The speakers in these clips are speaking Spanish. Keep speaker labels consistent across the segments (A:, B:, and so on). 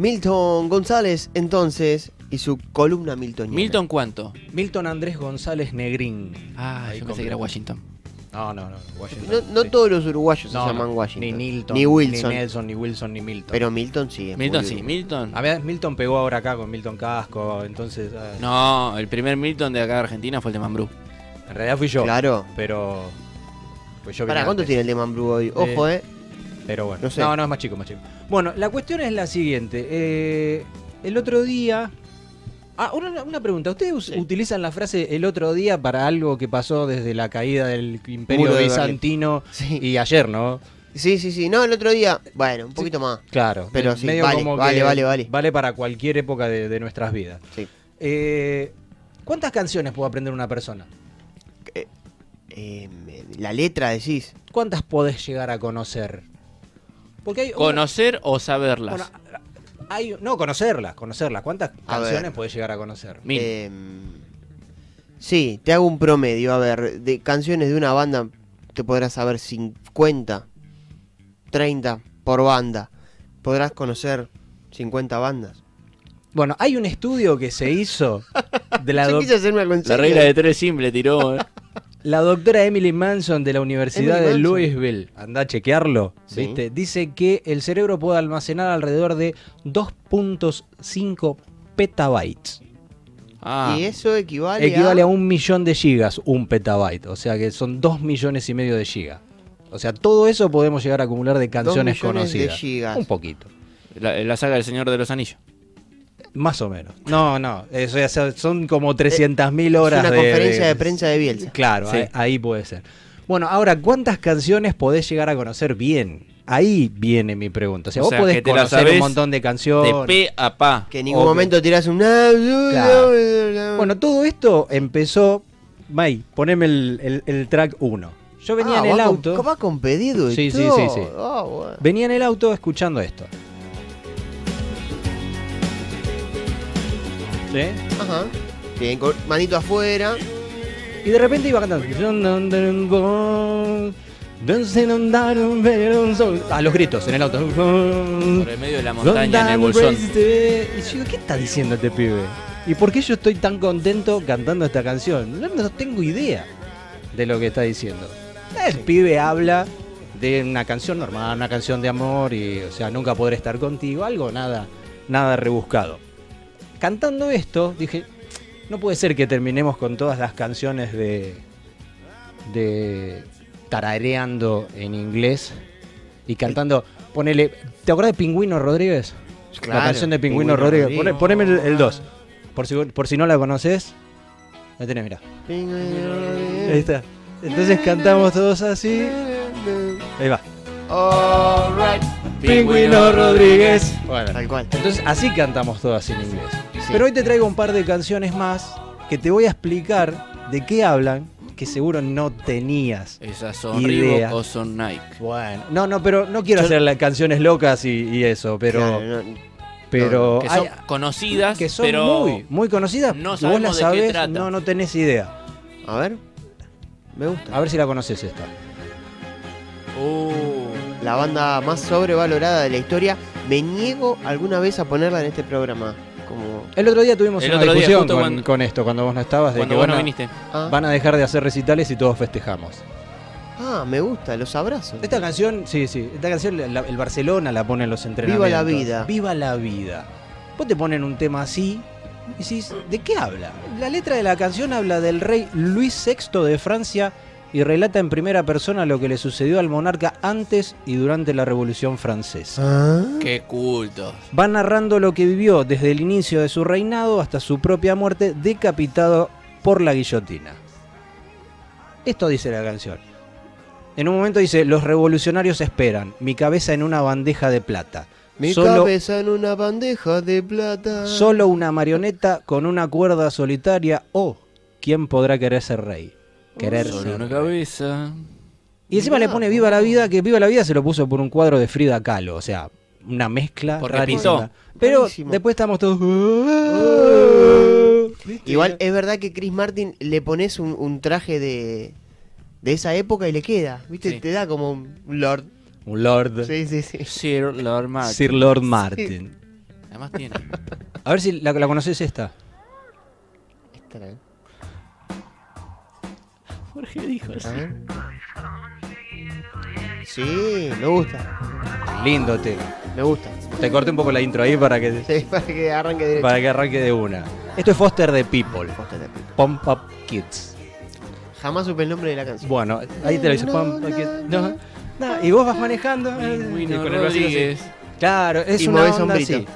A: Milton González, entonces, y su columna Milton.
B: ¿Milton cuánto?
C: Milton Andrés González Negrín.
B: Ah,
C: Ahí
B: yo pensé que era
C: completo.
B: Washington.
C: No, no, no. Washington,
A: No, no
C: sí.
A: todos los uruguayos se
C: No, no,
A: llaman
C: Ni
A: Washington.
C: Nilton.
A: Ni Wilson.
C: Ni Nelson, ni Wilson, ni Milton.
A: pero Milton sí. es
B: Milton
A: muy
B: sí,
A: uruguayo.
B: Milton.
C: A ver, Milton pegó ahora acá con Milton Casco, entonces. ah,
B: No, el primer Milton de acá de Argentina fue el de Mambrú.
C: En realidad fui yo.
A: Claro.
C: Pero. Pues yo vine
A: Para, ¿cuánto
C: antes,
A: tiene el de Mambrú hoy? Ojo, eh.
C: Pero bueno.
A: No
C: No,
A: sé.
C: no, es más chico, más chico. Bueno, la cuestión es la siguiente. eh, el otro día. Ah, una, una pregunta. ¿Ustedes us-
A: Sí.
C: utilizan la frase el otro día para algo que pasó desde la caída del imperio
A: Muro de Berlín.
C: bizantino
A: Sí.
C: y ayer, no?
A: Sí, sí, sí. No, el otro día, bueno, un poquito más.
C: Claro.
A: Pero
C: es
A: sí, vale, vale,
C: que
A: vale, vale.
C: Vale para cualquier época de, de nuestras vidas.
A: Sí.
C: Eh, ¿Cuántas canciones puede aprender una persona?
A: Eh, me- la letra decís.
C: ¿Cuántas podés llegar a conocer? Porque hay una-
B: ¿Conocer o saberlas?
C: bueno, hay- no, conocerlas, conocerlas. ¿Cuántas
A: A ver.
C: canciones podés llegar a conocer?
B: Mil.
A: Eh, sí, te hago un promedio. A ver, de canciones de una banda te podrás saber 50, 30 por banda. Podrás conocer 50 bandas.
C: Bueno, hay un estudio que se hizo de la,
A: Yo
C: doc-
A: quise hacerme algo en
B: la
A: serio.
B: regla de tres simple tiró. eh.
C: la doctora Emily Manson de la Universidad
A: Emily
C: de
A: Manson.
C: Louisville. Anda a chequearlo.
A: Sí.
C: ¿viste? Dice que el cerebro puede almacenar alrededor de 2.5 petabytes.
B: Ah,
A: Y eso equivale,
C: Equivale a un millón de gigas, un petabyte. O sea que son 2 millones y medio de gigas. O sea, todo eso podemos llegar a acumular de canciones
A: millones de
C: conocidas.
A: gigas.
C: Un poquito.
B: la, la saga del Señor de los Anillos.
C: Más o menos. No, no. eso ya sea- son como 300.000 horas
A: es una
C: de-
A: conferencia de, prensa de Bielsa.
C: Claro,
B: Sí.
C: ahí, ahí puede ser. Bueno, ahora, ¿cuántas canciones podés llegar a conocer bien? Ahí viene mi pregunta. O sea,
B: O
C: vos
B: sea, que
C: podés
B: te la
C: conocer un
B: sabés
C: montón de
B: De
C: canciones.
B: pe a pa.
A: Que en ningún
C: Ok.
A: momento tirás un... "Ah,
C: Claro. Bueno, todo esto empezó. May, poneme el, el- el track 1. Yo venía
A: Ah,
C: en el
A: va con-
C: auto.
A: va con pedido y
C: Sí, sí,
A: todo.
C: sí, sí.
A: Ah, bueno.
C: Venía en el auto escuchando esto. ¿Sí?
A: Ajá. Bien, con manito afuera.
C: Y de repente iba cantando. Dancing on down, pero un sol- A los gritos en el auto.
B: Por el medio de la montaña, en el bolsón.
C: Y yo digo, ¿qué está diciendo este pibe? ¿Y por qué yo estoy tan contento cantando esta canción? No, no tengo idea de lo que está diciendo. El pibe habla de una canción normal, una canción de amor y, o sea, nunca podré estar contigo, algo nada, nada rebuscado. Cantando esto, dije, no puede ser que terminemos con todas las canciones de de tarareando en inglés y cantando, ponele, ¿te acordás de Pingüino Rodríguez?
A: Claro,
C: la canción de Pingüino,
A: Pingüino
C: Rodríguez.
A: Rodríguez.
C: Poné- poneme el- el 2. Por si, por si no la conoces, la tenés, mira. Ahí está. Entonces cantamos todos así. Ahí va.
A: Alright.
C: Pingüino Rodríguez. Bueno.
A: Tal cual.
C: Entonces así cantamos todas en inglés. Pero hoy te traigo un par de canciones más que te voy a explicar de qué hablan que seguro no tenías.
B: Esas son
C: Idea.
B: Reebok o son Nike.
C: Bueno, no, no, pero no quiero
A: Yo-
C: hacer las canciones locas y, y eso, pero,
A: Claro, no,
C: pero
B: Que
C: hay-
B: son conocidas,
C: Oh, que son
B: pero
C: muy, muy conocidas.
B: no
C: que
B: sabemos
C: vos las
B: de qué
C: sabés,
B: trata.
C: no, no tenés idea.
A: A ver. Me gusta.
C: A ver si la conoces esta.
B: Oh.
A: La banda más sobrevalorada de la historia. Me niego alguna vez a ponerla en este programa. Como.
C: El otro día tuvimos
B: El
C: una
B: otro día,
C: discusión
B: justo
C: con,
B: cuando-
C: con esto, cuando vos no estabas, de
B: Cuando
C: que
B: vos
C: van,
B: no
C: a,
B: viniste.
A: Ah,
C: van a dejar de hacer recitales y todos festejamos.
A: ah, me gusta, los abrazos.
C: Esta canción, sí, sí, esta canción la- el Barcelona la pone en los entrenamientos.
A: Viva la vida.
C: Viva la vida. Vos te ponen un tema así y decís, ¿de qué habla? La letra de la canción habla del rey Luis VI de Francia y relata en primera persona lo que le sucedió al monarca antes y durante la Revolución Francesa.
A: Ah.
B: Qué cultos.
C: Va narrando lo que vivió desde el inicio de su reinado hasta su propia muerte decapitado por la guillotina. Esto dice la canción. En un momento dice, los revolucionarios esperan, mi cabeza en una bandeja de plata.
A: Mi
C: Solo-
A: cabeza en una bandeja de plata.
C: Solo una marioneta con una cuerda solitaria o ¿quién podrá querer ser rey? Querer
B: Solo
C: ser
B: una
C: rey.
B: cabeza.
C: Y encima le pone Viva la Vida, que Viva la Vida se lo puso por un cuadro de Frida Kahlo, o sea, una mezcla.
B: Porque
C: rarísima.
B: pintó.
C: Pero
A: Rarísimo.
C: después estamos todos...
A: Ah.
C: "Ah".
A: Igual es verdad que Chris Martin le pones un, un traje de, de esa época y le queda. ¿Viste?
B: Sí.
A: Te da como un lord.
C: Un Lord.
A: Sí, sí, sí.
B: Sir Lord Martin.
C: Sir Lord Martin.
B: Además tiene.
C: A ver si la, la conoces esta.
A: Esta la-
B: Jorge dijo
A: a ver. Sí, me gusta,
C: Lindo tema.
A: me gusta.
C: Te corté un poco la intro ahí para que,
A: Sí, para que arranque directo.
C: para que arranque de una. Esto es Foster the People.
A: Posta la pica.
C: Pump Up Kids.
A: Jamás supe el nombre de la canción.
C: Bueno, ahí te lo dice. Pump Up Kids. No, no, y vos vas manejando. eh, y con el bracito así.
B: Rodríguez.
C: Claro, es
A: Y
C: una
A: movés
C: onda
A: sombrito.
C: así.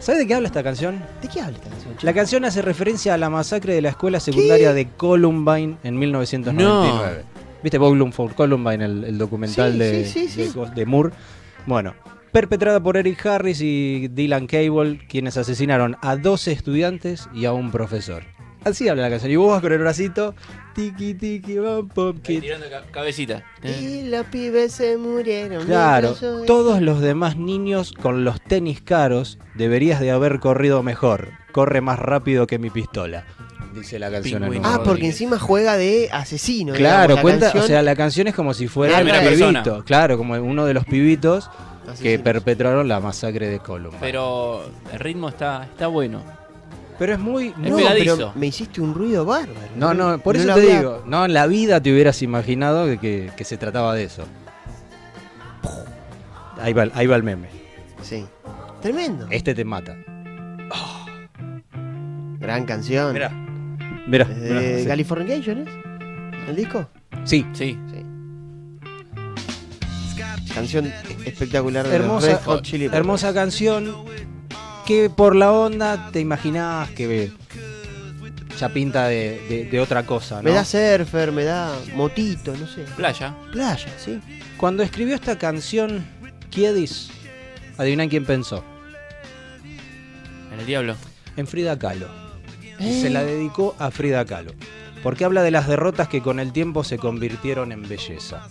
C: ¿Sabes de qué habla esta canción?
A: ¿De qué habla esta canción?
C: La canción hace referencia a la masacre de la escuela secundaria de Columbine en 1999. ¿Viste Bowlum for Columbine, el, el documental
A: Sí,
C: de,
A: sí, sí,
C: de-
A: sí.
C: de Moore? Bueno, perpetrada por Eric Harris y Dylan Cable, quienes asesinaron a 12 estudiantes y a un profesor. Así habla la canción. Y vos vas con el bracito, tiki tiki, bam, pom,
B: Ahí
C: kit.
B: Tirando ca- cabecita. Eh.
A: Y los pibes se murieron.
C: Claro,
A: mientras yo-
C: todos los demás niños con los tenis caros deberías de haber corrido mejor. Corre más rápido que mi pistola. Dice la canción.
B: Pingüino.
C: en un
A: Ah,
C: momento.
A: porque encima juega de asesino.
C: Claro,
A: digamos, la
C: cuenta,
A: canción.
C: o sea, la canción es como si fuera
A: Ah,
C: el
A: mira,
C: pibito,
B: persona.
C: claro, como uno de los pibitos que
A: Asesinos.
C: perpetraron la masacre de Columbine.
B: Pero el ritmo está, está bueno.
C: Pero es muy
B: Es
A: No,
C: no,
B: pegadizo.
A: pero me hiciste un ruido bárbaro.
C: no, no, por
A: No
C: eso
A: la
C: te
A: había-
C: digo, no en la vida te hubieras imaginado que, que- que se trataba de eso. Ahí va, ahí va el meme.
A: Sí. Tremendo.
C: Este te mata.
A: Gran canción.
C: Mirá. Mirá,
A: Desde
C: mirá, sí.
A: Californication, ¿es? ¿El disco?
C: Sí.
B: Sí.
A: Sí. Canción espectacular de los
C: Hermosa,
A: Red Hot Chili Peppers.
C: hermosa canción que por la onda te imaginabas que ya pinta de, de- de otra cosa. ¿no?
A: Me da surfer, me da motito, no sé.
B: Playa.
A: Playa, sí.
C: Cuando escribió esta canción, Kiedis, adivinan quién pensó.
B: En el diablo.
C: En Frida Kahlo. Y
A: Eh.
C: Se la dedicó a Frida Kahlo. Porque habla de las derrotas que con el tiempo se convirtieron en belleza.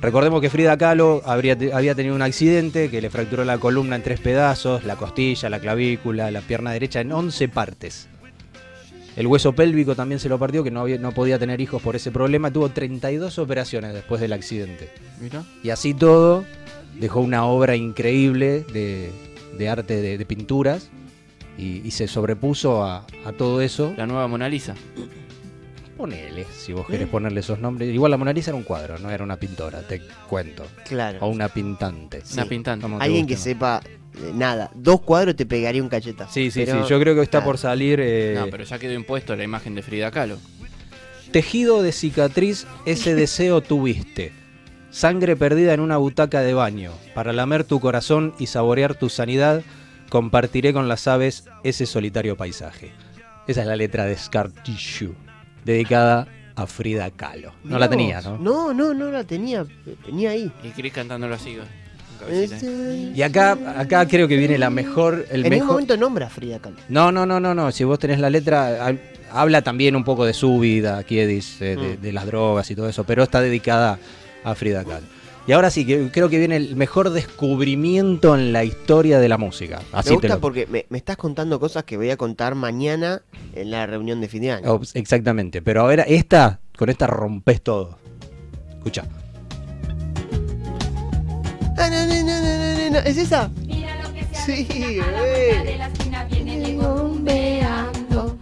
C: Recordemos que Frida Kahlo habría te- había tenido un accidente que le fracturó la columna en tres pedazos, la costilla, la clavícula, la pierna derecha en 11 partes. El hueso pélvico también se lo partió, que no, había- no podía tener hijos por ese problema. Tuvo 32 operaciones después del accidente.
B: Mira.
C: Y así todo, dejó una obra increíble de, de arte de, de pinturas y, y se sobrepuso a, a todo eso.
B: La nueva Mona Lisa.
C: Ponele, si vos querés ponerle esos nombres. Igual la Mona Lisa era un cuadro, no era una pintora, te cuento. O
A: Claro.
C: una pintante.
B: Una
A: Sí.
B: pintante.
C: Como te
A: Alguien que
C: guste,
A: sepa eh, nada. Dos cuadros te pegaría un
C: ¿no?
A: cachetazo.
C: Sí, sí,
A: Pero-
C: sí. Yo creo que está
A: Ah.
C: por salir. eh,
B: No, pero ya quedó impuesto la imagen de Frida Kahlo.
C: Tejido de cicatriz, ese deseo tuviste. Sangre perdida en una butaca de baño. Para lamer tu corazón y saborear tu sanidad, compartiré con las aves ese solitario paisaje. Esa es la letra de Scar Tissue, dedicada a Frida Kahlo. No la tenía,
A: Mirá vos.
C: ¿no?
A: No, no, no la tenía. Tenía ahí.
B: Y Chris cantándolo así. con cabecita. Eh,
C: Y acá, acá creo que viene la mejor, el
A: en un
C: mejor.
A: momento nombra a Frida Kahlo.
C: No, no, no, no, no. Si vos tenés la letra, hab- habla también un poco de su vida, Kiedis, eh, de,
A: Mm.
C: de las drogas y todo eso, pero está dedicada a Frida Kahlo. Y ahora sí, que, creo que viene el mejor descubrimiento en la historia de la música. Así
A: me
C: te
A: gusta
C: lo-
A: porque me, me estás contando cosas que voy a contar mañana en la reunión de fin de año.
C: Oh, Exactamente. Pero ahora esta, con esta rompes todo. Escucha.
A: Ah, no, no, no, no, no, no, ¿Es esa?
D: Mira lo que se
A: Sí,
D: avecina, a la
A: eh.
D: vuelta de la esquina viene Diego rumbeando.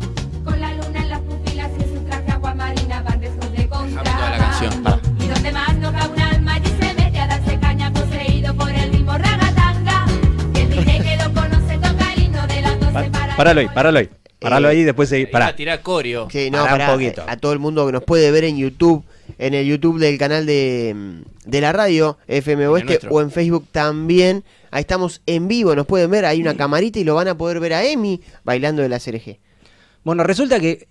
D: Con la luna en las pupilas y en su traje aguamarina van frescos de
B: toda la
D: contrabando.
B: canción, para.
D: Y donde más no cae un alma y se mete a darse caña poseído por el mismo ragatanga. Que el DJ que lo conoce toca el himno de las doce para...
C: Páralo ahí, páralo ahí. Páralo
A: Eh,
C: ahí y después seguí.
B: Iba
C: Pará.
B: a tirar Corio.
A: Sí, no,
C: Pará un
A: pará,
C: poquito.
A: eh, A todo el mundo que nos puede ver en YouTube, en el YouTube del canal de, mm, de la radio FM Oeste
B: nuestro.
A: o en Facebook también. Ahí estamos en vivo, nos pueden ver. Hay una camarita y lo van a poder ver a Emi bailando de la CRG.
C: Bueno, resulta que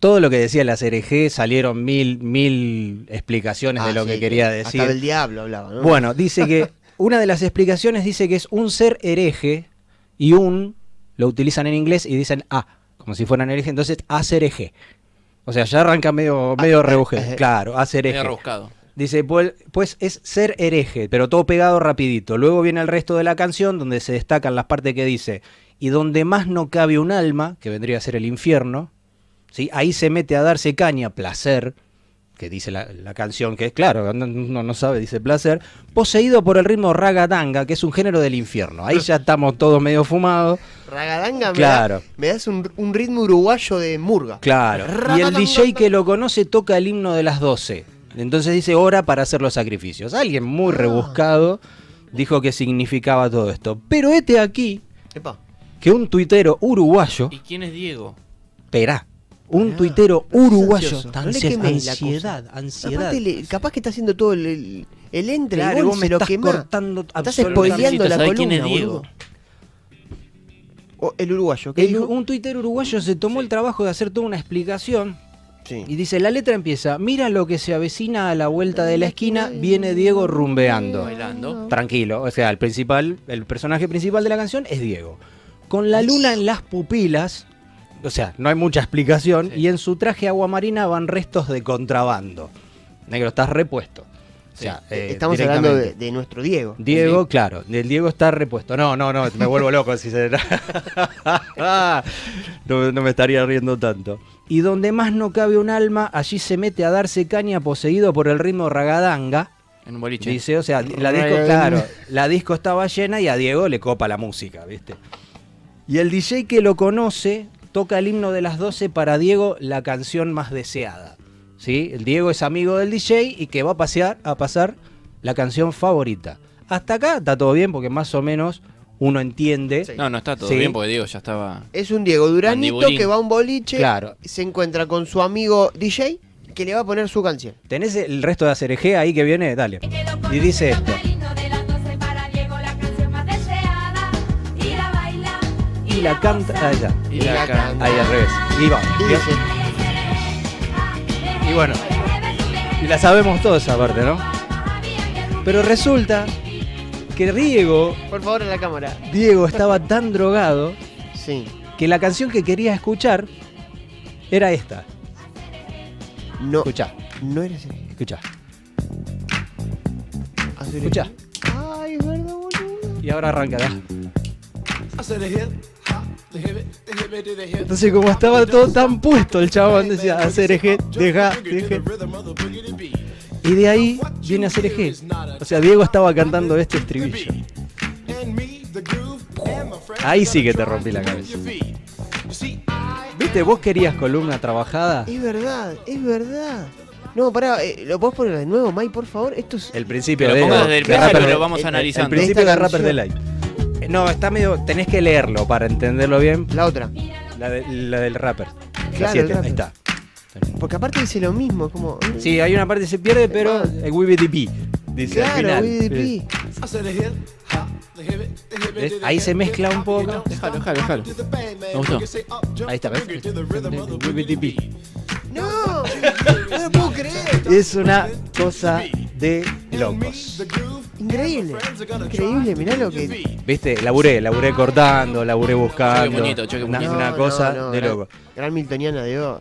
C: todo lo que decía la CRG salieron mil, mil explicaciones de
A: Ah,
C: lo
A: sí,
C: que quería decir.
A: Hasta el diablo hablaba, ¿no?
C: Bueno, dice que una de las explicaciones dice que es un ser hereje y un lo utilizan en inglés y dicen a, como si fueran hereje, entonces hacer hereje. O sea, ya arranca medio, medio rebuje.
A: eh.
C: Claro, hacer
B: Medio
C: hereje.
B: rebuscado.
C: Dice, pues, pues es ser hereje, pero todo pegado rapidito. Luego viene el resto de la canción donde se destacan las partes que dice, y donde más no cabe un alma, que vendría a ser el infierno, ¿sí? ahí se mete a darse caña, placer, que dice la, la canción, que es claro, no- uno no sabe, dice placer, poseído por el ritmo ragatanga, que es un género del infierno. Ahí ya estamos todos medio fumados.
A: Ragadanga, me da-
C: Claro.
A: me, das un, un ritmo uruguayo de murga.
C: Claro. Y el DJ que lo conoce toca el himno de las 12. Entonces dice hora para hacer los sacrificios. Alguien muy
A: Ah.
C: rebuscado dijo que significaba todo esto. Pero este aquí,
A: Epa.
C: que un tuitero uruguayo,
B: ¿Y quién es Diego?
C: perá, un
A: Ah,
C: tuitero
A: pero es
C: uruguayo,
A: ansioso.
C: tan
A: No le quemés la
C: ansiedad,
A: cosa.
C: ansiedad.
A: Aparte le- capaz que está haciendo todo el, el, el entre,
C: Claro,
A: el
C: y
A: gol,
C: vos me
A: se lo
C: estás
A: quemás.
C: cortando
A: Estás
C: absolutamente-
A: spoileando la
B: ¿Sabés
A: columna,
B: quién es Diego?
A: boludo. O el uruguayo, ¿qué
C: El-
A: dijo?
C: un tuitero uruguayo se tomó el trabajo de hacer toda una explicación
A: Sí. Eh,
C: y dice, la letra empieza, mira lo que se avecina a la vuelta de la esquina, viene Diego rumbeando.
B: Bailando.
C: Tranquilo, o sea, el principal, el personaje principal de la canción es Diego. Con la luna en las pupilas, o sea, no hay mucha explicación,
B: Sí.
C: y en su traje aguamarina van restos de contrabando. Negro, estás repuesto. O sea, eh,
A: Estamos hablando de,
C: directamente.
A: de nuestro Diego.
C: Diego, claro, del Diego está repuesto. No, no, no, me vuelvo loco si se... no, no me estaría riendo tanto. Y donde más no cabe un alma, allí se mete a darse caña poseído por el ritmo ragadanga.
B: En un boliche.
C: Dice, o sea, la disco, claro, la disco estaba llena y a Diego le copa la música, ¿viste? Y el DJ que lo conoce toca el himno de las 12 para Diego, la canción más deseada. ¿Sí? El Diego es amigo del DJ y que va a pasear a pasar la canción favorita. Hasta acá está todo bien porque más o menos uno entiende.
A: Sí.
B: No, no está todo
C: Sí.
B: bien porque Diego ya estaba.
A: Es un Diego Duranito
B: Mandibulín.
A: que va a un boliche,
C: Claro.
A: se encuentra con su amigo DJ que le va a poner su canción.
C: ¿Tenés el resto de Acereje ahí que viene? Dale. Y dice esto. Y la canta. Allá.
B: Y la can-
C: Ahí al revés. Y va.
A: Y dice,
C: Y bueno, y la sabemos todos esa parte, ¿no? Pero resulta que Diego,
A: por favor en la cámara.
C: Diego estaba tan drogado
A: Sí.
C: que la canción que quería escuchar era esta.
A: No,
C: Escucha,
A: no era así.
C: escucha,
A: Azul.
C: escucha.
A: Ay, es verdad, boludo.
C: Y ahora arranca. ¿verdad? Entonces como estaba todo tan puesto el chabón decía hacer eje, deja, deje. Y de ahí viene hacer eje. O sea, Diego estaba cantando este estribillo. Ahí sí que te rompí la cabeza. ¿Viste? Vos querías columna trabajada.
A: Es verdad, es verdad. No, pará, eh, ¿lo podés poner de nuevo, Mike, por favor? Esto es...
C: El principio
B: Lo
C: de
B: pongo
C: la-
B: desde el
C: de Rapper
B: principio,
C: de-
B: lo vamos
A: el- el
C: El
B: analizando.
C: principio de
A: Esta
C: Rapper de
A: canción.
C: Light. Eh, No, está medio. Tenés que leerlo para entenderlo bien.
A: La otra.
C: La, de- la del rapper. la
A: Claro,
C: 7,
A: el rapper.
C: ahí está.
A: Porque aparte dice lo mismo, es como...
C: Sí, hay una parte que se pierde, pero eh, el WDP. Dice al
A: claro,
C: final.
A: BDP.
C: ¿Ves? Ahí se mezcla un poco.
B: Déjalo, déjalo, déjalo. Me gustó.
C: Ahí está, ¿ves? WDP.
A: No, no lo puedo creer.
C: Es una cosa de locos.
A: Increíble. Increíble, mirá lo que...
C: ¿Viste? Laburé, laburé cortando, laburé buscando.
B: Choque puñito, choque
C: una,
B: puñito.
C: una
A: No,
C: cosa
A: no, no,
C: de
A: gran-
C: loco.
A: Gran Miltoniana de oro.